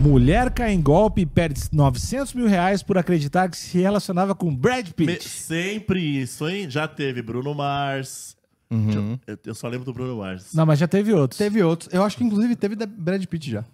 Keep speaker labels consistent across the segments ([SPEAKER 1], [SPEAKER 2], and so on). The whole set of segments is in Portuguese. [SPEAKER 1] Mulher cai em golpe e perde 900 mil reais por acreditar que se relacionava com Brad
[SPEAKER 2] Me-
[SPEAKER 1] Pitt.
[SPEAKER 2] Sempre isso, hein? Já teve Bruno Mars.
[SPEAKER 3] Uhum.
[SPEAKER 2] Eu, eu só lembro do Bruno Mars.
[SPEAKER 1] Não, mas já teve outros.
[SPEAKER 3] Teve outros. Eu acho que, inclusive, teve da Brad Pitt já.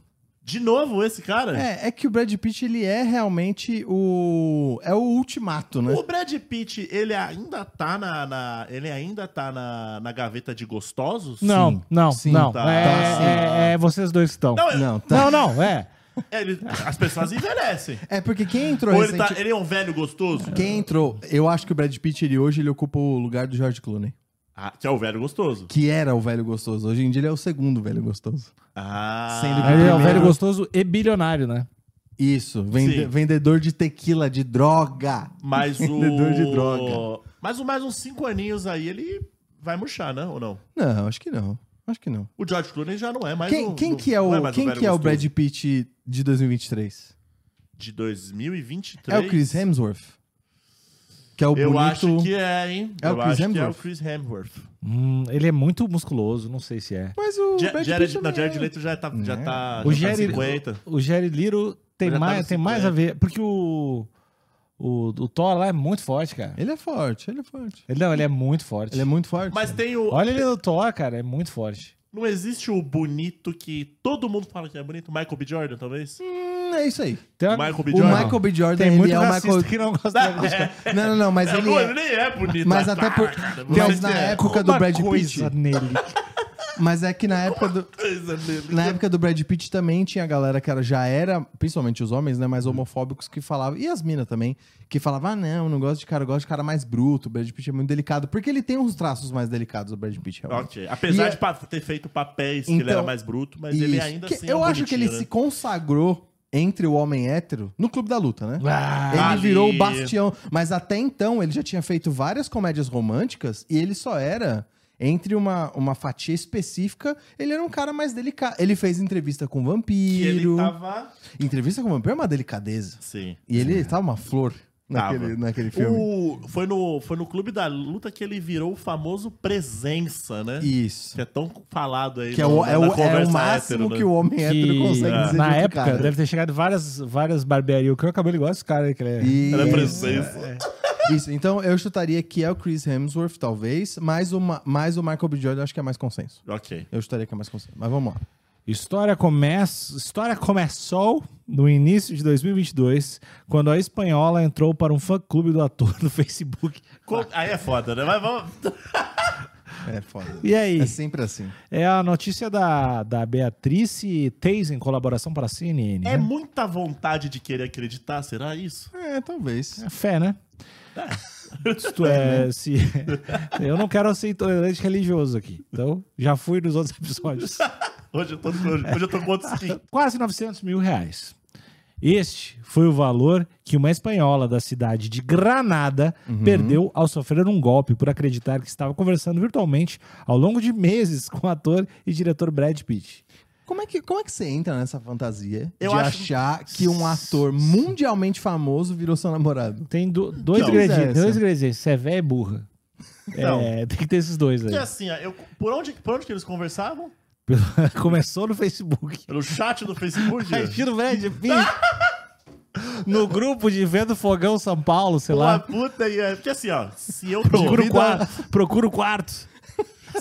[SPEAKER 2] De novo esse cara?
[SPEAKER 3] É, é que o Brad Pitt, ele é realmente o... É o ultimato, né?
[SPEAKER 2] O Brad Pitt, ele ainda tá na, na- ele ainda tá na, na gaveta de gostosos?
[SPEAKER 1] Não,
[SPEAKER 3] Sim.
[SPEAKER 1] não,
[SPEAKER 3] Sim,
[SPEAKER 1] não.
[SPEAKER 2] tá.
[SPEAKER 1] é,
[SPEAKER 2] Tá, sim.
[SPEAKER 1] é- é vocês dois que estão.
[SPEAKER 2] Não, eu-
[SPEAKER 3] Não, tá.
[SPEAKER 1] Não, não, é.
[SPEAKER 2] ele- as pessoas envelhecem.
[SPEAKER 3] É porque quem entrou
[SPEAKER 2] Ou ele,
[SPEAKER 3] recente...
[SPEAKER 2] tá, ele é um velho gostoso?
[SPEAKER 3] Quem entrou... Eu acho que o Brad Pitt, ele hoje, ele ocupa o lugar do George Clooney.
[SPEAKER 2] Ah, que é o velho gostoso.
[SPEAKER 3] Que era o velho gostoso. Hoje em dia, ele é o segundo velho gostoso.
[SPEAKER 2] Ah,
[SPEAKER 3] Sendo que-
[SPEAKER 1] Ele é o
[SPEAKER 3] Primeiro-
[SPEAKER 1] velho gostoso e bilionário, né?
[SPEAKER 3] Isso. vende-
[SPEAKER 2] Sim.
[SPEAKER 3] vendedor de tequila, de droga.
[SPEAKER 2] mas
[SPEAKER 3] Vendedor
[SPEAKER 2] o...
[SPEAKER 3] de droga.
[SPEAKER 2] Mas o mais uns cinco aninhos aí, ele vai murchar, né? Ou não?
[SPEAKER 3] Não, acho que não. Acho que não.
[SPEAKER 2] O George Clooney já não é mais
[SPEAKER 3] Quem,
[SPEAKER 2] o-
[SPEAKER 3] quem
[SPEAKER 2] não-
[SPEAKER 3] que é o,
[SPEAKER 2] não mais um
[SPEAKER 3] quem
[SPEAKER 2] velho
[SPEAKER 3] que é o
[SPEAKER 2] gostoso.
[SPEAKER 3] Brad Pitt de 2023?
[SPEAKER 2] De 2023?
[SPEAKER 3] É o Chris Hemsworth. Que é o
[SPEAKER 2] Eu
[SPEAKER 3] bonito.
[SPEAKER 2] acho que é, hein?
[SPEAKER 3] É o
[SPEAKER 2] Eu
[SPEAKER 3] Chris
[SPEAKER 2] acho que é o
[SPEAKER 3] Hemsworth?
[SPEAKER 2] Chris Hemsworth.
[SPEAKER 1] Hum, ele é muito musculoso, não sei se é.
[SPEAKER 3] Mas o
[SPEAKER 2] Ja-
[SPEAKER 3] Brad
[SPEAKER 2] Jared,
[SPEAKER 3] Pitt
[SPEAKER 2] não,
[SPEAKER 3] também
[SPEAKER 2] Jared
[SPEAKER 3] é.
[SPEAKER 2] Leto já tá, já
[SPEAKER 3] Não.
[SPEAKER 2] tá,
[SPEAKER 1] O
[SPEAKER 2] já tá
[SPEAKER 1] Jared-
[SPEAKER 2] 50.
[SPEAKER 1] O Jerry Liro tem,
[SPEAKER 2] Ele já tá
[SPEAKER 1] mais,
[SPEAKER 2] nos
[SPEAKER 1] tem mais a
[SPEAKER 2] 50.
[SPEAKER 1] ver. Porque o, o, o Thor lá é muito forte, cara.
[SPEAKER 3] Ele é forte, ele é forte.
[SPEAKER 1] Ele, não, ele é muito forte.
[SPEAKER 3] Ele é muito forte.
[SPEAKER 2] Mas tem o...
[SPEAKER 1] Olha ele no Thor, cara, é muito forte.
[SPEAKER 2] Não existe o bonito que todo mundo fala que é bonito? Michael B. Jordan, talvez?
[SPEAKER 3] Hum, é isso aí.
[SPEAKER 1] Tem
[SPEAKER 2] O Michael B.
[SPEAKER 3] O
[SPEAKER 2] Jordan. Tá.
[SPEAKER 3] Michael B. Jordan,
[SPEAKER 1] Tem
[SPEAKER 3] ele
[SPEAKER 1] muito
[SPEAKER 3] é o
[SPEAKER 1] racista
[SPEAKER 3] Michael...
[SPEAKER 1] que não gosta da música.
[SPEAKER 3] Não, não, não, mas
[SPEAKER 2] É,
[SPEAKER 3] ele
[SPEAKER 2] não,
[SPEAKER 3] é...
[SPEAKER 2] ele nem é bonito.
[SPEAKER 3] Mas
[SPEAKER 2] Ah,
[SPEAKER 3] até por...
[SPEAKER 2] cara,
[SPEAKER 3] Mas
[SPEAKER 2] mas
[SPEAKER 3] na
[SPEAKER 2] é
[SPEAKER 3] época do
[SPEAKER 1] Uma
[SPEAKER 3] Brad Pitt...
[SPEAKER 1] coisa nele.
[SPEAKER 3] Mas é que na época do...
[SPEAKER 2] coisa dele.
[SPEAKER 3] Na época do Brad Pitt também tinha galera que era, já era, principalmente os homens, né, mais homofóbicos que falavam, e as minas também, que falavam, ah, não, não gosto de cara, eu gosto de cara mais bruto, o Brad Pitt é muito delicado, porque ele tem uns traços mais delicados, o Brad Pitt, realmente.
[SPEAKER 2] Ok. Apesar
[SPEAKER 3] E- é-
[SPEAKER 2] de pa- ter feito papéis que ele
[SPEAKER 3] Então,
[SPEAKER 2] era mais bruto, mas ele
[SPEAKER 3] Isso.
[SPEAKER 2] ainda
[SPEAKER 3] Que
[SPEAKER 2] assim é
[SPEAKER 3] eu
[SPEAKER 2] um
[SPEAKER 3] acho que ele
[SPEAKER 2] bonitinho,
[SPEAKER 3] se
[SPEAKER 2] né?
[SPEAKER 3] consagrou entre o homem hétero no Clube da Luta, né?
[SPEAKER 1] Ah,
[SPEAKER 3] Ele
[SPEAKER 2] Ali.
[SPEAKER 3] virou o bastião. Mas até então, ele já tinha feito várias comédias românticas e ele só era. Entre uma, uma fatia específica, ele era um cara mais delicado. Ele fez entrevista com o
[SPEAKER 2] né? Que
[SPEAKER 3] vampiro.
[SPEAKER 2] ele tava...
[SPEAKER 3] Entrevista com o vampiro é uma delicadeza.
[SPEAKER 2] Sim.
[SPEAKER 3] E ele tava uma flor
[SPEAKER 2] É. Tava.
[SPEAKER 3] naquele, naquele filme.
[SPEAKER 2] O, foi, no, foi no Clube da Luta que ele virou o famoso Presença, né?
[SPEAKER 3] Isso.
[SPEAKER 2] Que é tão falado aí
[SPEAKER 3] Que é
[SPEAKER 2] no-
[SPEAKER 3] o, é, o,
[SPEAKER 2] na
[SPEAKER 3] é
[SPEAKER 2] conversa
[SPEAKER 3] o máximo
[SPEAKER 2] hétero, né?
[SPEAKER 3] que o homem hétero
[SPEAKER 1] que
[SPEAKER 3] é, consegue dizer
[SPEAKER 1] na
[SPEAKER 3] de outro
[SPEAKER 1] época
[SPEAKER 3] cara.
[SPEAKER 1] deve ter chegado várias, várias barbearias. O que eu acabei de gosto, cara, que ele é...
[SPEAKER 3] E-
[SPEAKER 2] Era presença.
[SPEAKER 3] É, Isso, então eu chutaria que é o Chris Hemsworth, talvez, mais o, Ma- mais o Michael B. Jordan, acho que é mais consenso.
[SPEAKER 2] Ok.
[SPEAKER 3] Eu chutaria que é mais consenso. Mas vamos lá.
[SPEAKER 1] História, começa, história começou no início de 2022, quando a espanhola entrou para um fã-clube do ator no Facebook.
[SPEAKER 2] Co- Aí é foda, né? Mas vamos.
[SPEAKER 3] É foda.
[SPEAKER 1] E aí?
[SPEAKER 3] É sempre assim.
[SPEAKER 1] É a notícia da, da Beatriz Teis em colaboração para a CNN.
[SPEAKER 2] É
[SPEAKER 1] né?
[SPEAKER 2] muita vontade de querer acreditar, será isso?
[SPEAKER 3] É, talvez.
[SPEAKER 1] É fé, né? Se tu é- se- eu não quero ser intolerante religioso aqui. Então, já fui nos outros episódios.
[SPEAKER 2] Hoje eu tô, hoje, hoje eu tô com outros que.
[SPEAKER 1] Quase 900 mil reais. Este foi o valor que uma espanhola da cidade de Granada perdeu ao sofrer um golpe por acreditar que estava conversando virtualmente ao longo de meses com o ator e diretor Brad Pitt.
[SPEAKER 3] Como é, que, como é que você entra nessa fantasia
[SPEAKER 2] Eu
[SPEAKER 3] de
[SPEAKER 2] acho-
[SPEAKER 3] achar que um ator mundialmente famoso virou seu namorado?
[SPEAKER 1] Tem do- dois
[SPEAKER 2] Que
[SPEAKER 1] ingredientes.
[SPEAKER 3] coisa é
[SPEAKER 1] Dois
[SPEAKER 3] essa?
[SPEAKER 1] ingredientes. Você é véia e burra.
[SPEAKER 2] Não.
[SPEAKER 1] É, tem que ter esses dois aí.
[SPEAKER 2] Então, Porque assim, ó, eu, por, onde, por onde que eles conversavam?
[SPEAKER 1] Começou no Facebook.
[SPEAKER 2] Pelo chat do Facebook?
[SPEAKER 1] Imagina o Brad Pitt no grupo de Vendo Fogão São Paulo, sei
[SPEAKER 2] Uma
[SPEAKER 1] lá.
[SPEAKER 2] puta e. é- Porque assim, ó, se eu
[SPEAKER 1] Procura o
[SPEAKER 2] tô.
[SPEAKER 1] quarto. Procura o quarto.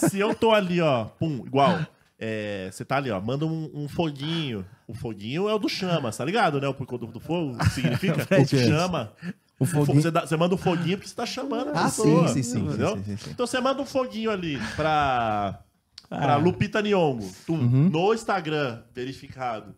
[SPEAKER 2] Se eu tô ali, ó, pum, igual. é, Você tá ali, ó, manda um, um foguinho. O foguinho é o do chama, tá ligado, né? O porquê do, do fogo significa o
[SPEAKER 3] que é isso?
[SPEAKER 2] chama.
[SPEAKER 3] O
[SPEAKER 2] Fo-
[SPEAKER 3] foguinho-
[SPEAKER 2] Você, dá- você manda um foguinho porque você tá chamando a
[SPEAKER 3] Ah,
[SPEAKER 2] pessoa.
[SPEAKER 3] sim, sim, sim,
[SPEAKER 2] entendeu?
[SPEAKER 3] sim, sim, sim, sim.
[SPEAKER 2] Então você manda um foguinho ali pra, pra
[SPEAKER 3] Ah.
[SPEAKER 2] Lupita Nyong'o. Tu,
[SPEAKER 3] Uhum.
[SPEAKER 2] No Instagram, verificado.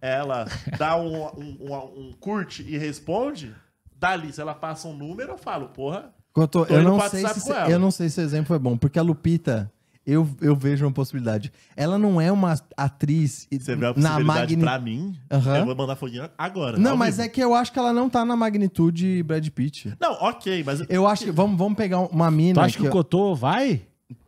[SPEAKER 2] Ela dá um, um, um- um curte e responde. Dali, se ela passa um número, eu falo, porra...
[SPEAKER 3] Eu, tô-
[SPEAKER 2] Tô
[SPEAKER 3] eu
[SPEAKER 2] indo
[SPEAKER 3] não
[SPEAKER 2] pro
[SPEAKER 3] sei
[SPEAKER 2] WhatsApp
[SPEAKER 3] se,
[SPEAKER 2] com ela.
[SPEAKER 3] eu não sei se o exemplo é bom, porque a Lupita, eu, eu vejo uma possibilidade. Ela não é uma atriz
[SPEAKER 2] Você vê a
[SPEAKER 3] na
[SPEAKER 2] possibilidade
[SPEAKER 3] magni...
[SPEAKER 2] pra mim?
[SPEAKER 3] Aham.
[SPEAKER 2] Eu vou mandar foguinho agora.
[SPEAKER 3] Não,
[SPEAKER 2] ao
[SPEAKER 3] mas
[SPEAKER 2] vivo.
[SPEAKER 3] é que eu acho que ela não tá na magnitude Brad Pitt.
[SPEAKER 2] Não, ok, mas...
[SPEAKER 3] Eu acho que. Vamos, vamos pegar uma
[SPEAKER 1] Tu
[SPEAKER 3] mina.
[SPEAKER 1] acha que
[SPEAKER 3] que
[SPEAKER 1] o Cotô vai?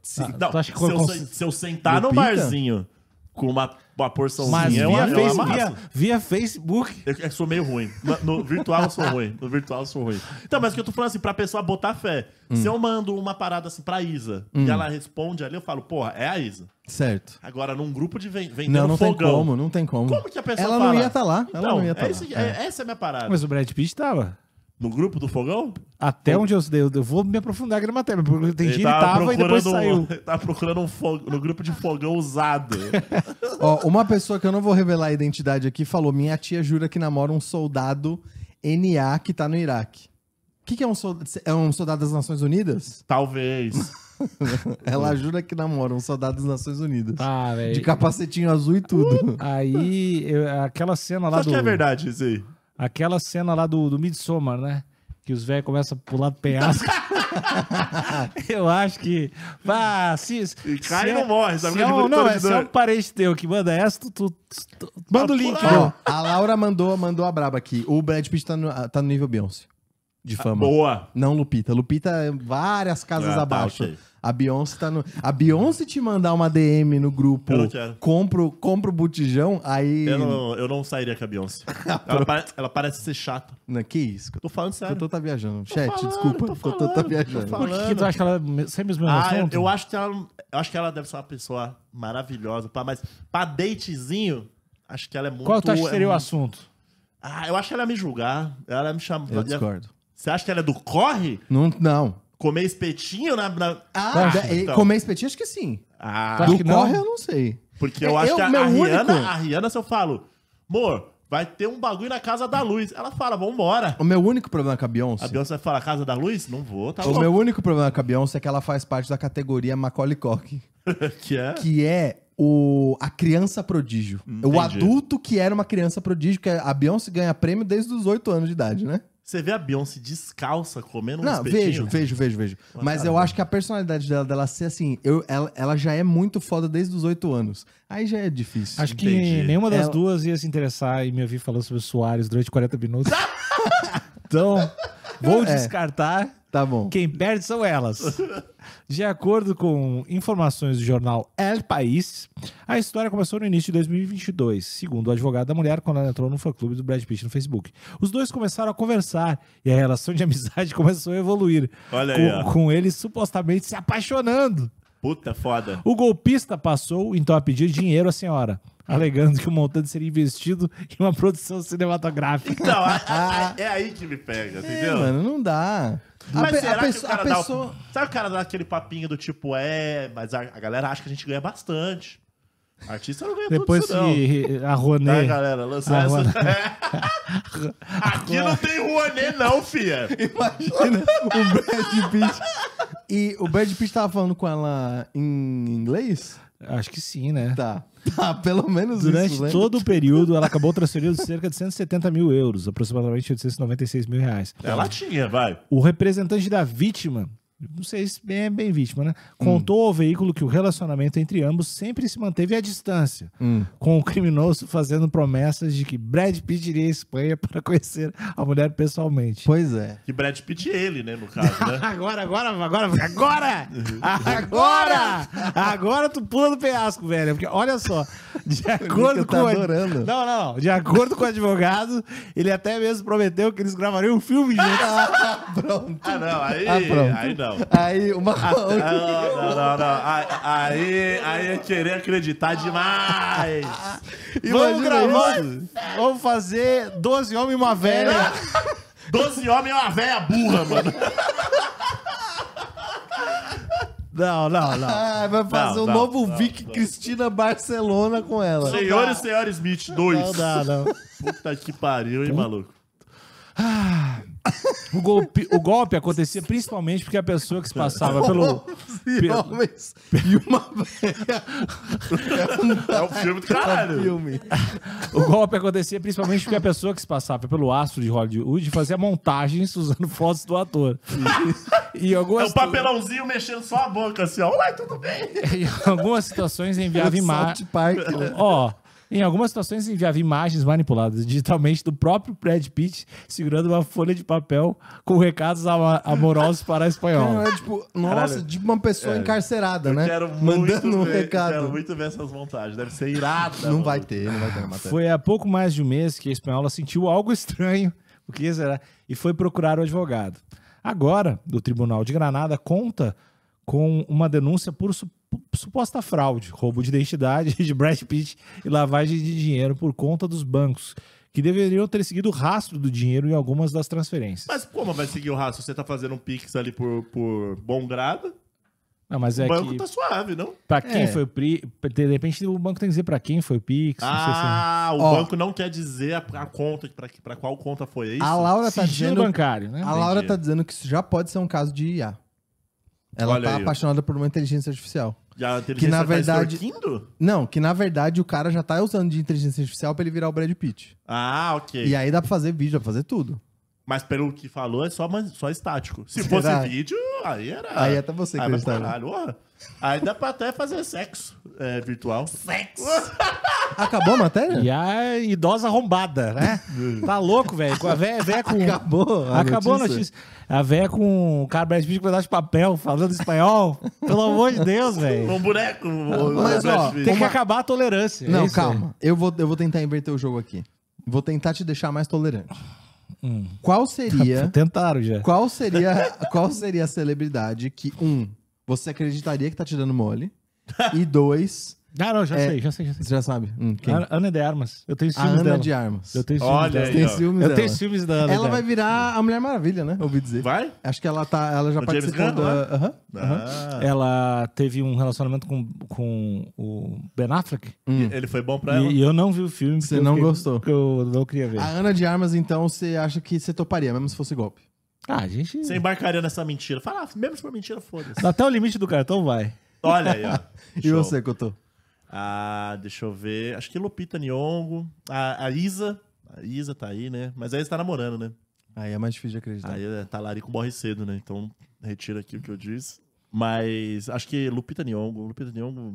[SPEAKER 2] Se,
[SPEAKER 1] Ah,
[SPEAKER 2] não,
[SPEAKER 1] tu acha que
[SPEAKER 2] se, eu,
[SPEAKER 1] cons-
[SPEAKER 2] se- se eu sentar no
[SPEAKER 3] Lupita?
[SPEAKER 2] barzinho com uma, é uma porçãozinha,
[SPEAKER 1] Mas
[SPEAKER 2] eu,
[SPEAKER 1] via,
[SPEAKER 2] eu
[SPEAKER 1] face-
[SPEAKER 2] amasso.
[SPEAKER 1] via- via Facebook.
[SPEAKER 2] Eu, eu sou meio ruim. Na- No, virtual eu sou ruim. No virtual eu sou ruim. Então, mas o que eu tô falando assim, pra pessoa botar fé.
[SPEAKER 3] Hum.
[SPEAKER 2] Se eu mando uma parada assim pra Isa e ela responde ali, eu falo, porra, é a Isa.
[SPEAKER 3] Certo.
[SPEAKER 2] Agora, num grupo de ven vendendo
[SPEAKER 3] Não, não tem
[SPEAKER 2] fogão.
[SPEAKER 3] como, não tem como.
[SPEAKER 2] Como que a pessoa
[SPEAKER 3] Ela
[SPEAKER 2] fala?
[SPEAKER 3] não ia estar lá.
[SPEAKER 2] Então,
[SPEAKER 3] ela não ia estar
[SPEAKER 2] é isso-
[SPEAKER 3] lá.
[SPEAKER 2] é- essa é a minha parada.
[SPEAKER 1] Mas o Brad Pitt tava.
[SPEAKER 2] No grupo do fogão?
[SPEAKER 1] Até onde eu, eu, eu vou me aprofundar aqui na matéria, porque tem dia
[SPEAKER 2] Ele
[SPEAKER 1] que tava, e depois
[SPEAKER 2] um,
[SPEAKER 1] saiu.
[SPEAKER 2] ele tava procurando um fogo, no grupo de fogão usado.
[SPEAKER 3] Ó, uma pessoa que eu não vou revelar a identidade aqui falou: minha tia jura que namora um soldado NA que tá no Iraque. O que, que é um soldado? É um soldado das Nações Unidas?
[SPEAKER 2] Talvez.
[SPEAKER 3] Ela jura que namora um soldado das Nações Unidas.
[SPEAKER 2] Tá,
[SPEAKER 1] Ah,
[SPEAKER 3] De
[SPEAKER 1] velho.
[SPEAKER 3] capacetinho azul e tudo.
[SPEAKER 2] Uh,
[SPEAKER 1] Aí, eu- aquela cena
[SPEAKER 2] Você
[SPEAKER 1] lá
[SPEAKER 2] acha
[SPEAKER 1] do.
[SPEAKER 2] que é verdade isso aí?
[SPEAKER 1] Aquela cena lá do, do Midsommar, né? Que os velhos começam a pular do penhasco. eu acho que. Ah, se,
[SPEAKER 2] E cai
[SPEAKER 1] se
[SPEAKER 2] e não morre, sabe?
[SPEAKER 1] Se
[SPEAKER 2] Porque
[SPEAKER 1] é
[SPEAKER 2] de Tá
[SPEAKER 1] um,
[SPEAKER 2] monitor
[SPEAKER 1] não,
[SPEAKER 2] de
[SPEAKER 1] é, se é
[SPEAKER 2] dor.
[SPEAKER 1] um parente teu que manda essa, tu, tu- tu- tu- manda o link.
[SPEAKER 3] Ó,
[SPEAKER 1] ó.
[SPEAKER 3] a Laura mandou, mandou a braba aqui. O Brad Pitt tá no, tá no nível Beyoncé. De fama.
[SPEAKER 2] Ah, Boa.
[SPEAKER 3] Não, Lupita. Lupita é várias casas
[SPEAKER 2] Ah, tá,
[SPEAKER 3] abaixo.
[SPEAKER 2] ok.
[SPEAKER 3] A Beyoncé tá no. A Beyoncé te mandar uma DM no grupo.
[SPEAKER 2] Eu não quero.
[SPEAKER 3] Compro, compro o botijão, aí.
[SPEAKER 2] Eu não, eu não sairia com a Beyoncé. ela, pare- ela parece ser chata.
[SPEAKER 3] Não, que isso?
[SPEAKER 2] Tô falando sério.
[SPEAKER 3] Totô tá viajando. Chat,
[SPEAKER 2] falando,
[SPEAKER 3] desculpa.
[SPEAKER 2] tô
[SPEAKER 3] Totô tá
[SPEAKER 2] falando,
[SPEAKER 3] viajando.
[SPEAKER 2] tô
[SPEAKER 1] Por que, que tu
[SPEAKER 2] falando.
[SPEAKER 1] acha que ela é me- sempre os mesmos
[SPEAKER 2] Ah, eu,
[SPEAKER 1] assuntos?
[SPEAKER 2] eu acho que ela, eu acho que ela deve ser uma pessoa maravilhosa, pá, mas pra datezinho, acho que ela é muito.
[SPEAKER 1] Qual tu acha que
[SPEAKER 2] é
[SPEAKER 1] seria o
[SPEAKER 2] muito-
[SPEAKER 1] assunto?
[SPEAKER 2] Ah, eu acho que ela ia me julgar. Ela ia me chamar.
[SPEAKER 3] Eu discordo.
[SPEAKER 2] Você acha que ela é do corre?
[SPEAKER 3] Não. não.
[SPEAKER 2] Comer espetinho na. na-
[SPEAKER 3] Ah,
[SPEAKER 1] acha,
[SPEAKER 3] da- e-
[SPEAKER 2] então?
[SPEAKER 3] comer espetinho, acho que sim.
[SPEAKER 2] Ah,
[SPEAKER 1] Acho
[SPEAKER 3] Do
[SPEAKER 1] que não.
[SPEAKER 3] corre, eu não sei.
[SPEAKER 2] porque
[SPEAKER 3] É,
[SPEAKER 2] eu acho
[SPEAKER 3] eu-
[SPEAKER 2] que a, a
[SPEAKER 3] meu único-
[SPEAKER 2] Rihanna, a Rihanna, se eu falo, amor, vai ter um bagulho na casa da luz. Ela fala, vambora.
[SPEAKER 3] O meu único problema com a Beyoncé.
[SPEAKER 2] A Beyoncé vai falar, casa da luz? Não vou, tá
[SPEAKER 3] o
[SPEAKER 2] bom.
[SPEAKER 3] meu único problema com a Beyoncé é que ela faz parte da categoria Macaulay Culkin,
[SPEAKER 2] Que é.
[SPEAKER 3] que é o a criança prodígio. O
[SPEAKER 2] entendi.
[SPEAKER 3] adulto que era uma criança prodígio, que a Beyoncé ganha prêmio desde os 8 anos de idade, né?
[SPEAKER 2] Você vê a Beyoncé descalça comendo um
[SPEAKER 3] Não,
[SPEAKER 2] espetinho?
[SPEAKER 3] vejo, vejo, vejo, vejo.
[SPEAKER 2] Uma
[SPEAKER 3] Mas
[SPEAKER 2] cara,
[SPEAKER 3] eu
[SPEAKER 2] né?
[SPEAKER 3] acho que a personalidade dela, dela ser assim, eu, ela, ela já é muito foda desde os 8 anos. Aí já é difícil.
[SPEAKER 1] Acho que
[SPEAKER 2] Entendi. É um
[SPEAKER 1] nenhuma das
[SPEAKER 3] Ela-
[SPEAKER 1] duas ia se interessar e me ouvir falando sobre o Soares durante 40 minutos. então, vou
[SPEAKER 3] É.
[SPEAKER 1] descartar.
[SPEAKER 3] Tá bom.
[SPEAKER 1] Quem perde são elas. De acordo com informações do jornal El País, a história começou no início de 2022, segundo o advogado da mulher quando ela entrou no fã-clube do Brad Pitt no Facebook. Os dois começaram a conversar e a relação de amizade começou a evoluir,
[SPEAKER 2] Olha aí, ó.
[SPEAKER 1] com, com eles supostamente se apaixonando.
[SPEAKER 2] Puta foda.
[SPEAKER 1] O golpista passou então a pedir dinheiro à senhora, alegando que o montante seria investido em uma produção cinematográfica.
[SPEAKER 2] Então, a- a- a- é aí que me pega,
[SPEAKER 3] É,
[SPEAKER 2] entendeu? Ah,
[SPEAKER 3] mano, não dá. A
[SPEAKER 2] Mas
[SPEAKER 3] pe- a
[SPEAKER 2] será que
[SPEAKER 3] pesso-
[SPEAKER 2] o cara
[SPEAKER 3] a
[SPEAKER 2] dá o-
[SPEAKER 3] pessoa-
[SPEAKER 2] Sabe o cara dá aquele papinho do tipo, é, mas a, a galera acha que a gente ganha bastante. Artista não ganha
[SPEAKER 1] Depois
[SPEAKER 2] tudo isso, não.
[SPEAKER 1] que a
[SPEAKER 2] Tá,
[SPEAKER 1] Ronê
[SPEAKER 2] galera? Lança
[SPEAKER 1] Ah,
[SPEAKER 2] essa.
[SPEAKER 1] mano.
[SPEAKER 2] Aqui não tem Rouanet, não, fia.
[SPEAKER 3] Imagina o Brad Pitt. E o Brad Pitt tava falando com ela em inglês?
[SPEAKER 1] Acho que sim, né?
[SPEAKER 3] Tá. Tá, pelo menos
[SPEAKER 1] Durante
[SPEAKER 3] isso, né?
[SPEAKER 1] todo o período, ela acabou transferindo cerca de 170 mil euros, aproximadamente 896 mil reais.
[SPEAKER 2] Ela tinha, vai.
[SPEAKER 1] O representante da vítima, não sei se é bem vítima, né? Contou ao veículo que o relacionamento entre ambos sempre se manteve à distância,
[SPEAKER 3] Hum.
[SPEAKER 1] com o criminoso fazendo promessas de que Brad Pitt iria à Espanha para conhecer a mulher pessoalmente.
[SPEAKER 3] Pois é.
[SPEAKER 2] Que Brad Pitt e ele, né, no caso, né?
[SPEAKER 1] Agora, agora, agora, agora!
[SPEAKER 3] Uhum.
[SPEAKER 1] Agora! Agora tu pula do penhasco, velho. Porque olha só, de acordo
[SPEAKER 3] Nico
[SPEAKER 1] com
[SPEAKER 3] tá
[SPEAKER 1] o ad-
[SPEAKER 3] adorando.
[SPEAKER 1] Não, não, não. De acordo com o advogado, ele até mesmo prometeu que eles gravariam um filme juntos.
[SPEAKER 3] Ah, pronto.
[SPEAKER 2] Ah, não, aí,
[SPEAKER 3] Ah, pronto.
[SPEAKER 2] aí não.
[SPEAKER 3] Aí, uma...
[SPEAKER 2] Ah, Não, não, não, não. Ah, Aí, aí é querer acreditar demais.
[SPEAKER 1] Vamos
[SPEAKER 3] Imagina
[SPEAKER 1] gravar.
[SPEAKER 3] isso.
[SPEAKER 1] Vamos fazer 12 homens e uma
[SPEAKER 3] É.
[SPEAKER 1] velha.
[SPEAKER 2] Doze homens é uma velha burra, mano.
[SPEAKER 1] Não, não, não.
[SPEAKER 3] Ah, vai fazer
[SPEAKER 2] Não,
[SPEAKER 3] um
[SPEAKER 2] não,
[SPEAKER 3] novo
[SPEAKER 2] não,
[SPEAKER 3] Vic
[SPEAKER 2] não.
[SPEAKER 3] Cristina Barcelona com ela.
[SPEAKER 2] Senhor e senhora Smith, dois.
[SPEAKER 1] Não dá, não.
[SPEAKER 2] Puta que pariu, hein, maluco.
[SPEAKER 1] O golpe, o golpe acontecia principalmente porque a pessoa que se passava pelo.
[SPEAKER 3] e
[SPEAKER 1] pelo-
[SPEAKER 3] homens e uma velha.
[SPEAKER 2] É um filme do caralho.
[SPEAKER 3] filme.
[SPEAKER 1] O golpe acontecia principalmente porque a pessoa que se passava pelo astro de Hollywood fazia montagens usando fotos do ator. E em
[SPEAKER 2] É
[SPEAKER 1] algumas,
[SPEAKER 2] um papelãozinho mexendo só a boca, assim, ó. Olá, tudo bem?
[SPEAKER 1] em algumas situações enviava imagens.
[SPEAKER 3] South Park, né?
[SPEAKER 1] Ó, em algumas situações enviava imagens manipuladas digitalmente do próprio Brad Pitt segurando uma folha de papel com recados ama- amorosos para a espanhola.
[SPEAKER 3] Cara, é tipo, nossa, de uma pessoa
[SPEAKER 1] É.
[SPEAKER 3] encarcerada, né?
[SPEAKER 2] Quero muito
[SPEAKER 3] Mandando um
[SPEAKER 2] ver,
[SPEAKER 3] recado.
[SPEAKER 2] Quero muito ver essas montagens. Deve ser irada.
[SPEAKER 3] Não
[SPEAKER 2] mano.
[SPEAKER 3] vai ter, não vai ter na matéria.
[SPEAKER 1] Foi há pouco mais de um mês que a espanhola sentiu algo estranho, o que será, e foi procurar o advogado. Agora, o Tribunal de Granada conta com uma denúncia por su- suposta fraude, roubo de identidade de Brad Pitt e lavagem de dinheiro por conta dos bancos, que deveriam ter seguido o rastro do dinheiro em algumas das transferências.
[SPEAKER 2] Mas como vai seguir o rastro? Você tá fazendo um pix ali por, por bom grado?
[SPEAKER 1] Não, mas
[SPEAKER 2] o
[SPEAKER 1] é
[SPEAKER 2] banco
[SPEAKER 1] que,
[SPEAKER 2] tá suave, não?
[SPEAKER 1] pra quem
[SPEAKER 3] É.
[SPEAKER 1] foi o PRI, de repente o banco tem que dizer pra quem foi o Pix, não sei se- é.
[SPEAKER 2] Ah, o
[SPEAKER 3] Ó.
[SPEAKER 2] banco não quer dizer a, a conta, pra, que- pra qual conta foi, é isso?
[SPEAKER 3] A Laura tá
[SPEAKER 1] Sigilo
[SPEAKER 3] dizendo.
[SPEAKER 1] bancário, né?
[SPEAKER 3] A Laura tá dizendo que isso já pode ser um caso de IA. Ela
[SPEAKER 2] Olha
[SPEAKER 3] tá
[SPEAKER 2] aí, ó.
[SPEAKER 3] apaixonada por uma inteligência artificial.
[SPEAKER 2] E a inteligência
[SPEAKER 3] Que, na
[SPEAKER 2] tá
[SPEAKER 3] verdade-
[SPEAKER 2] extorquindo?
[SPEAKER 3] Não, que na verdade o cara já tá usando de inteligência artificial pra ele virar o Brad Pitt.
[SPEAKER 2] Ah, ok.
[SPEAKER 3] E aí dá pra fazer vídeo, dá pra fazer tudo.
[SPEAKER 2] Mas pelo que falou, é só, mas- só estático. Se
[SPEAKER 3] Será?
[SPEAKER 2] fosse vídeo, aí era.
[SPEAKER 3] Aí até você né?
[SPEAKER 2] aí vai pro
[SPEAKER 3] acreditava.
[SPEAKER 2] caralho, ó. Aí dá pra até fazer sexo é, virtual. Sexo!
[SPEAKER 3] Acabou a matéria?
[SPEAKER 1] E a idosa arrombada, né? tá louco, velho. Com A véia, véia com.
[SPEAKER 3] Acabou.
[SPEAKER 2] Ah,
[SPEAKER 1] Acabou a notícia. A véia com o cara Brad Pitt com pedaço de papel, falando espanhol. Pelo amor de Deus, velho.
[SPEAKER 2] Um boneco. o-
[SPEAKER 3] Mas,
[SPEAKER 2] o-
[SPEAKER 3] ó,
[SPEAKER 2] o-
[SPEAKER 1] Tem que acabar a tolerância. é
[SPEAKER 3] Não,
[SPEAKER 1] isso
[SPEAKER 3] calma. Eu vou, eu vou tentar inverter o jogo aqui. Vou tentar te deixar mais tolerante.
[SPEAKER 1] Hum.
[SPEAKER 3] Qual
[SPEAKER 1] aí.
[SPEAKER 3] seria.
[SPEAKER 1] Tentaram já.
[SPEAKER 3] qual seria. Qual seria a celebridade que, um, você acreditaria que tá te dando mole? E dois.
[SPEAKER 1] Ah, não, já
[SPEAKER 3] É.
[SPEAKER 1] sei, já sei, já sei.
[SPEAKER 3] Você já sabe? Hum, quem?
[SPEAKER 1] A Ana de Armas. Eu tenho
[SPEAKER 3] A
[SPEAKER 1] ciúmes
[SPEAKER 3] Ana
[SPEAKER 1] dela.
[SPEAKER 3] de Armas.
[SPEAKER 1] Eu tenho ciúmes
[SPEAKER 2] Olha
[SPEAKER 1] dela.
[SPEAKER 2] aí,
[SPEAKER 3] Tem
[SPEAKER 2] ó.
[SPEAKER 3] ciúmes
[SPEAKER 1] Eu
[SPEAKER 3] dela.
[SPEAKER 1] tenho ciúmes da Ana.
[SPEAKER 3] Ela
[SPEAKER 1] cara.
[SPEAKER 3] vai virar a Mulher Maravilha, né? Ouvi dizer.
[SPEAKER 2] Vai?
[SPEAKER 3] Acho que ela tá, ela já
[SPEAKER 2] O James
[SPEAKER 3] participou
[SPEAKER 2] Gunn,
[SPEAKER 3] da. Aham.
[SPEAKER 2] Ah,
[SPEAKER 1] Ela teve um relacionamento com, com o Ben Affleck.
[SPEAKER 2] e-
[SPEAKER 3] É.
[SPEAKER 2] Ele foi bom pra ela. Ah,
[SPEAKER 1] E, e eu não vi o filme. porque
[SPEAKER 3] Você
[SPEAKER 1] eu
[SPEAKER 3] não
[SPEAKER 1] fiquei-
[SPEAKER 3] gostou.
[SPEAKER 1] porque Eu não queria ver.
[SPEAKER 3] A Ana de Armas, então, você acha que você toparia, mesmo se fosse golpe?
[SPEAKER 1] Ah, a gente.
[SPEAKER 2] Você embarcaria nessa mentira. Fala, ah, mesmo se for mentira, foda-se.
[SPEAKER 1] Até o limite do cartão vai.
[SPEAKER 2] Olha aí, ó.
[SPEAKER 3] E
[SPEAKER 2] Show.
[SPEAKER 3] você, Cotô?
[SPEAKER 2] Ah, deixa eu ver. Acho que Lupita Nyong'o. A, a Isa. A Isa tá aí, né? Mas aí você tá namorando, né?
[SPEAKER 3] Aí é mais difícil de
[SPEAKER 1] Tá.
[SPEAKER 3] acreditar.
[SPEAKER 2] Aí é, talarico morre cedo, né? Então, retira aqui o que eu disse. Mas acho que Lupita Nyong'o. Lupita Nyong'o...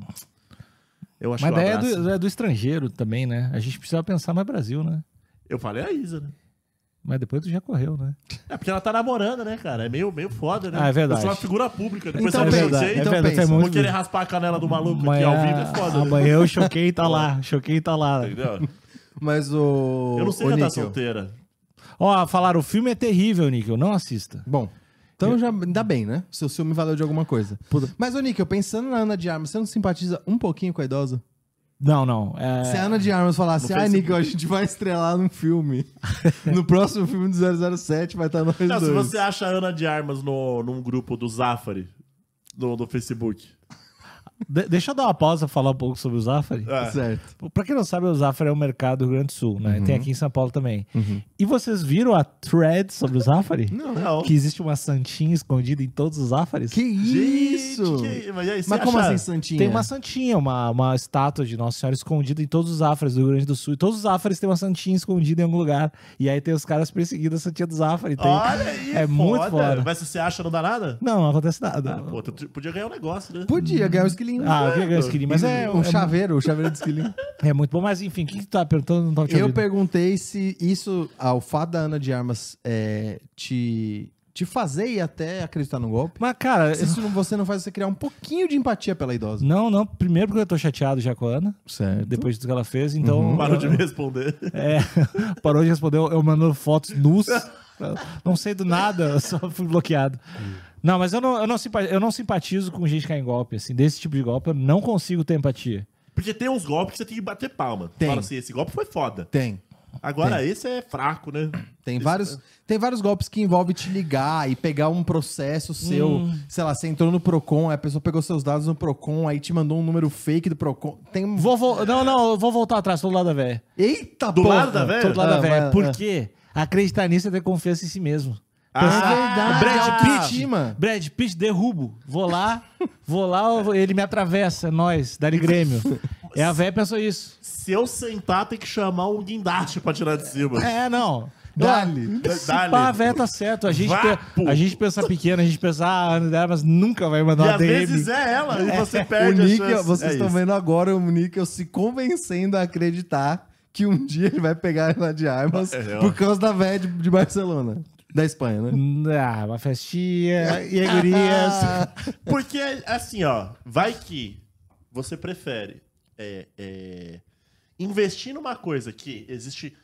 [SPEAKER 2] Eu acho um né?
[SPEAKER 1] Mas daí
[SPEAKER 2] que ela
[SPEAKER 1] é
[SPEAKER 2] abraça.
[SPEAKER 1] do, é do estrangeiro também, né? A gente precisa pensar mais Brasil, né?
[SPEAKER 2] Eu falei a Isa, né?
[SPEAKER 1] Mas depois tu já correu, né?
[SPEAKER 2] É porque ela tá namorando, né, cara? É meio, meio foda, né?
[SPEAKER 1] Ah, é verdade. é
[SPEAKER 2] Eu sou uma figura pública. Depois
[SPEAKER 3] Então
[SPEAKER 2] eu
[SPEAKER 3] pensa,
[SPEAKER 2] é, pensei,
[SPEAKER 3] então
[SPEAKER 1] verdade,
[SPEAKER 3] pensa.
[SPEAKER 1] tem
[SPEAKER 2] vou
[SPEAKER 1] muito-
[SPEAKER 2] querer raspar a canela do maluco aqui
[SPEAKER 1] Amanhã-
[SPEAKER 2] ao vivo, é foda, né?
[SPEAKER 1] Amanhã o Choquei tá lá. Choquei tá lá.
[SPEAKER 2] Entendeu?
[SPEAKER 3] Mas o.
[SPEAKER 2] Eu não sei tá
[SPEAKER 3] o
[SPEAKER 2] cantar
[SPEAKER 3] Níquel.
[SPEAKER 2] solteira.
[SPEAKER 1] Ó, falaram, o filme é terrível, Níquel. Não assista.
[SPEAKER 3] Bom. Então já dá bem, né? Seu ciúme valeu de alguma coisa.
[SPEAKER 1] Puta.
[SPEAKER 3] Mas, ô Níquel, pensando na Ana de Armas, você não simpatiza um pouquinho com a idosa?
[SPEAKER 1] Não, não.
[SPEAKER 3] Se
[SPEAKER 1] É...
[SPEAKER 3] a Ana de Armas falasse,
[SPEAKER 2] No
[SPEAKER 3] ai,
[SPEAKER 2] Facebook.
[SPEAKER 3] Níquel, a gente vai estrelar num filme. no próximo filme do 007 vai estar nós
[SPEAKER 2] Não, se
[SPEAKER 3] dois.
[SPEAKER 2] você acha a Ana de Armas no, num grupo do Zafari, do, do Facebook.
[SPEAKER 1] De- deixa eu dar uma pausa falar um pouco sobre o Zafari.
[SPEAKER 2] É.
[SPEAKER 3] Certo.
[SPEAKER 1] Pra quem não sabe, o Zafari é um mercado do Rio Grande do Sul, né? Tem aqui em São Paulo também. E vocês viram a thread sobre o Zafari?
[SPEAKER 2] Não, não.
[SPEAKER 1] Que existe uma santinha escondida em todos os Zafaris?
[SPEAKER 3] Que
[SPEAKER 2] Gente,
[SPEAKER 3] isso?
[SPEAKER 2] que- Mas, e aí, você
[SPEAKER 3] Mas como
[SPEAKER 2] acha-
[SPEAKER 3] assim, Santinha?
[SPEAKER 1] Tem uma santinha, uma, uma estátua de Nossa Senhora escondida em todos os Áfras do Rio Grande do Sul. E todos os Áfras têm uma santinha escondida em algum lugar. E aí tem os caras perseguindo a santinha dos Áfras. Tem...
[SPEAKER 2] Olha aí,
[SPEAKER 1] É muito foda.
[SPEAKER 2] Mas se você acha, não dá nada?
[SPEAKER 1] Não, não acontece nada.
[SPEAKER 2] Ah, pô, tu tu podia ganhar um negócio, né?
[SPEAKER 3] Podia ganhar um esquilinho.
[SPEAKER 1] Ah, eu ia ganhar skin, mas é,
[SPEAKER 3] um chaveiro, o chaveiro de esquilinho.
[SPEAKER 1] é, muito bom. Mas enfim, o que, que tu tá perguntando? Não tava te
[SPEAKER 3] Eu
[SPEAKER 1] ouvindo.
[SPEAKER 3] perguntei se isso, ah, o fato da Ana de Armas é, te, te fazer ir até acreditar no golpe.
[SPEAKER 1] Mas, cara,
[SPEAKER 3] Se isso não, você não faz você criar um pouquinho de empatia pela idosa.
[SPEAKER 1] não, não. Primeiro porque eu tô chateado já com a Ana,
[SPEAKER 3] Certo.
[SPEAKER 1] depois do que ela fez, então.
[SPEAKER 2] Uhum. Parou de me responder.
[SPEAKER 1] É, parou de responder, eu mandando fotos nus. Não sei do nada, eu só fui bloqueado. Não, mas eu não, eu, não simpa- eu não simpatizo com gente que cai em golpe, assim, desse tipo de golpe, eu não consigo ter empatia.
[SPEAKER 2] Porque tem uns golpes que você tem que bater palma.
[SPEAKER 3] Tem.
[SPEAKER 2] Fala assim, esse golpe foi foda.
[SPEAKER 3] Tem.
[SPEAKER 2] Agora esse é fraco, né?
[SPEAKER 3] Tem
[SPEAKER 2] Esse-
[SPEAKER 3] vários, tem vários golpes que envolvem te ligar e pegar um processo seu. Sei lá, você entrou no Procon, aí a pessoa pegou seus dados no Procon, aí te mandou um número fake do Procon. Tem um.
[SPEAKER 1] Vou, vol- não, não, eu vou voltar atrás, tô do lado da véia.
[SPEAKER 3] Eita,
[SPEAKER 2] Do
[SPEAKER 3] porra!
[SPEAKER 2] lado da velha?
[SPEAKER 1] Tô do lado
[SPEAKER 3] Ah,
[SPEAKER 1] da véia.
[SPEAKER 3] mas-
[SPEAKER 1] Por quê? Acreditar nisso é ter é confiança em si mesmo.
[SPEAKER 3] é
[SPEAKER 1] Brad
[SPEAKER 3] verdade.
[SPEAKER 1] Pitt.
[SPEAKER 3] autoestima.
[SPEAKER 1] Brad Pitt, derrubo. Vou lá, vou lá, ele me atravessa. Nós, Dali Grêmio. É, a véia pensou isso.
[SPEAKER 2] Se eu sentar, tem que chamar um guindaste pra tirar de cima.
[SPEAKER 1] É, não.
[SPEAKER 3] Dá-lhe.
[SPEAKER 1] Eu- Se
[SPEAKER 2] Dá-lhe.
[SPEAKER 1] pá, a véia tá certo. A gente,
[SPEAKER 2] Vapo.
[SPEAKER 1] pe- a gente pensa pequeno, a gente pensa, ah, Ana dela, mas nunca vai mandar
[SPEAKER 2] e
[SPEAKER 1] uma
[SPEAKER 2] às
[SPEAKER 1] DM.
[SPEAKER 2] vezes é ela, e você
[SPEAKER 3] O
[SPEAKER 2] perde a
[SPEAKER 3] Níquel,
[SPEAKER 2] chance.
[SPEAKER 3] vocês
[SPEAKER 2] É
[SPEAKER 3] estão
[SPEAKER 2] isso.
[SPEAKER 3] vendo agora o Níquel se convencendo a acreditar que um dia ele vai pegar ela de armas
[SPEAKER 2] É, ó.
[SPEAKER 3] por causa da véia de, de Barcelona. Da Espanha, né?
[SPEAKER 1] Ah, uma festinha, e aí, gurias.
[SPEAKER 2] Porque, assim, ó, vai que você prefere é, é, investir numa coisa que existe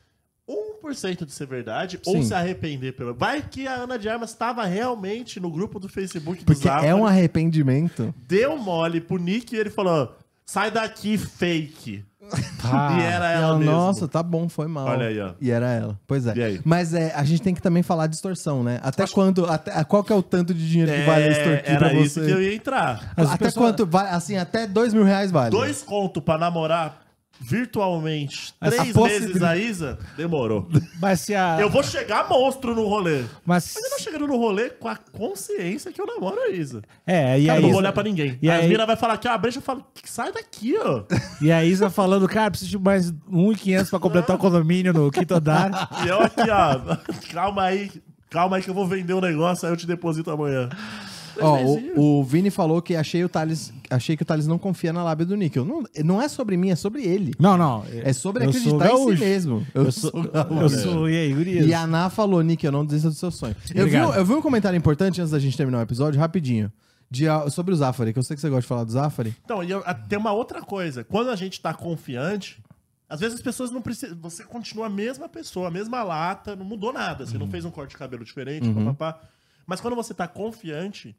[SPEAKER 2] 1% de ser verdade ou
[SPEAKER 3] Sim.
[SPEAKER 2] se arrepender pela. Vai que a Ana de Armas estava realmente no grupo do Facebook do
[SPEAKER 3] Porque
[SPEAKER 2] Zap,
[SPEAKER 3] é um arrependimento.
[SPEAKER 2] deu mole pro Nick e ele falou: sai daqui, fake.
[SPEAKER 1] Pá.
[SPEAKER 2] e era ela
[SPEAKER 3] Ela,
[SPEAKER 2] mesmo.
[SPEAKER 3] Ah, Nossa, tá bom, foi mal.
[SPEAKER 2] Olha aí, ó.
[SPEAKER 3] E era ela. Pois é.
[SPEAKER 2] E aí?
[SPEAKER 3] Mas é, a gente tem que também falar de extorsão, né? Até quando. Até, qual que é o tanto de dinheiro que
[SPEAKER 2] É,
[SPEAKER 3] vale a extorquir
[SPEAKER 2] era
[SPEAKER 3] pra você?
[SPEAKER 2] isso que eu ia entrar.
[SPEAKER 1] As
[SPEAKER 3] Até
[SPEAKER 1] pessoas-
[SPEAKER 3] quanto vale? Assim, até dois mil reais vale.
[SPEAKER 2] Dois conto pra namorar virtualmente
[SPEAKER 1] Mas a
[SPEAKER 2] três vezes a
[SPEAKER 1] possibilidade-
[SPEAKER 2] Isa, demorou.
[SPEAKER 1] Mas se a.
[SPEAKER 2] Eu vou chegar monstro no rolê.
[SPEAKER 1] Mas,
[SPEAKER 2] Mas eu não chegando no rolê com a consciência que eu namoro a Isa.
[SPEAKER 1] é, e a
[SPEAKER 2] Cara, eu não vou
[SPEAKER 1] Isa,
[SPEAKER 2] olhar pra ninguém.
[SPEAKER 1] e
[SPEAKER 2] a
[SPEAKER 1] aí-
[SPEAKER 2] mina vai falar que ah, a brecha, eu falo, sai daqui, ó.
[SPEAKER 1] e a Isa falando, cara, preciso de mais 1,500 pra completar o condomínio no quinto andar.
[SPEAKER 2] e eu aqui, ó, calma aí, calma aí que eu vou vender o negócio, aí eu te deposito amanhã.
[SPEAKER 3] Ó, o, o Vini falou que achei o Thales, achei que o Thales não confia na lábia do Níquel. Não, não é sobre mim, é sobre ele.
[SPEAKER 1] Não, não.
[SPEAKER 3] É sobre
[SPEAKER 1] eu sou
[SPEAKER 3] acreditar em
[SPEAKER 1] gaúcho.
[SPEAKER 3] si mesmo. Eu, sou, gaúcho.
[SPEAKER 1] Eu sou, e aí, gurias?
[SPEAKER 3] E a Ana falou, Níquel, não desista do seu sonho. Eu vi, um,
[SPEAKER 1] Obrigado.
[SPEAKER 3] eu vi um comentário importante antes da gente terminar o episódio, rapidinho. de a- sobre o Zafari, que eu sei que você gosta de falar do Zafari.
[SPEAKER 2] Então, e eu- a- tem uma outra coisa. Quando a gente tá confiante, às vezes as pessoas não precisam. Você continua a mesma pessoa, a mesma lata, não mudou nada. Você não
[SPEAKER 3] Uhum.
[SPEAKER 2] fez um corte de cabelo diferente, papapá. Mas quando você tá confiante,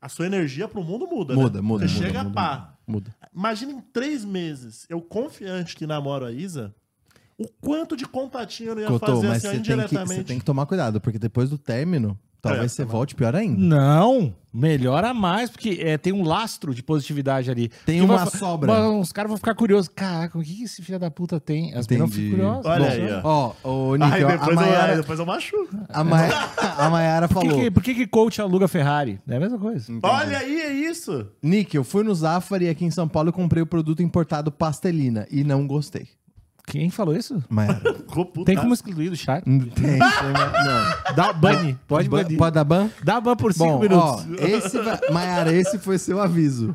[SPEAKER 2] a sua energia pro mundo muda. né?
[SPEAKER 3] Muda, muda,
[SPEAKER 2] Você
[SPEAKER 3] muda,
[SPEAKER 2] chega
[SPEAKER 3] muda,
[SPEAKER 2] a pá.
[SPEAKER 3] Muda.
[SPEAKER 2] Imagina em três meses, eu confiante que namoro a Isa, o quanto de contatinho eu não ia
[SPEAKER 3] Cotô,
[SPEAKER 2] fazer
[SPEAKER 3] mas
[SPEAKER 2] assim, ó,
[SPEAKER 3] você tem, que, você
[SPEAKER 2] indiretamente. É, tá
[SPEAKER 3] tem que tomar cuidado, porque depois do término, talvez você volte pior
[SPEAKER 1] Hum,
[SPEAKER 3] ainda.
[SPEAKER 1] Não, melhora mais, porque é, tem um lastro de positividade ali.
[SPEAKER 3] Tem
[SPEAKER 1] Porque
[SPEAKER 3] uma
[SPEAKER 1] vai fa-
[SPEAKER 3] sobra.
[SPEAKER 1] Mas Os caras vão ficar curiosos. Caraca, o que que esse filho da puta tem? As
[SPEAKER 3] Entendi.
[SPEAKER 1] meninas ficam curiosas.
[SPEAKER 2] Olha
[SPEAKER 1] Bom,
[SPEAKER 2] aí, ó.
[SPEAKER 3] Ó, ô,
[SPEAKER 2] Aí
[SPEAKER 3] Níquel, a
[SPEAKER 2] depois, eu, aí
[SPEAKER 3] Maiara,
[SPEAKER 2] depois eu machuco.
[SPEAKER 3] a Mai- a Maiara
[SPEAKER 1] Por que,
[SPEAKER 3] falou.
[SPEAKER 1] que, por que que coach aluga Ferrari? É a mesma coisa.
[SPEAKER 2] Olha aí, é isso.
[SPEAKER 3] Nick, eu fui no Zafari aqui em São Paulo e comprei o produto importado Pastelina e não gostei.
[SPEAKER 1] Quem falou isso?
[SPEAKER 3] Mas
[SPEAKER 2] Ficou puta.
[SPEAKER 1] Tem como excluir do chat?
[SPEAKER 3] não tem, tem não.
[SPEAKER 1] Dá ban, pode
[SPEAKER 3] Ba-
[SPEAKER 1] banir.
[SPEAKER 3] Pode dar ban?
[SPEAKER 1] Dá ban por cinco
[SPEAKER 3] Bom, ó,
[SPEAKER 1] minutos.
[SPEAKER 3] esse vai... Maiara, esse foi seu aviso.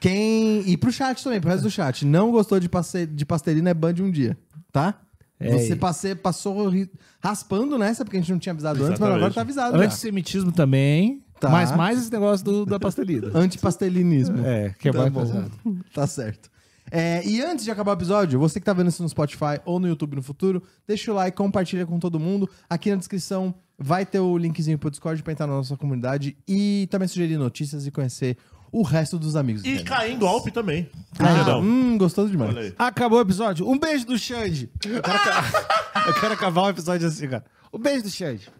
[SPEAKER 3] Quem e pro chat também, pro resto do chat, não gostou de, passe... de Pastelina é ban de um dia, tá?
[SPEAKER 1] É.
[SPEAKER 3] Você passe... passou ri- raspando nessa porque a gente não tinha avisado antes, mas
[SPEAKER 2] Exatamente.
[SPEAKER 3] agora tá avisado. já.
[SPEAKER 1] Antissemitismo também,
[SPEAKER 3] Tá.
[SPEAKER 1] mas mais esse negócio do- da pastelida.
[SPEAKER 3] Antipastelinismo.
[SPEAKER 1] é, que é
[SPEAKER 3] Tá
[SPEAKER 1] mais
[SPEAKER 3] bom.
[SPEAKER 1] pesado.
[SPEAKER 3] Tá certo. É, e antes de acabar o episódio, você que tá vendo isso no Spotify ou no YouTube no futuro, deixa o like, compartilha com todo mundo. Aqui na descrição vai ter o linkzinho pro Discord pra entrar na nossa comunidade e também sugerir notícias e conhecer o resto dos amigos.
[SPEAKER 2] E
[SPEAKER 3] do canal.
[SPEAKER 2] cair em golpe também.
[SPEAKER 3] Ah,
[SPEAKER 2] Não.
[SPEAKER 3] hum, gostoso demais.
[SPEAKER 2] Olha aí.
[SPEAKER 1] Acabou o episódio. Um beijo do Xande. Eu quero, aca- eu quero acabar o episódio assim, cara. Um beijo do Xande.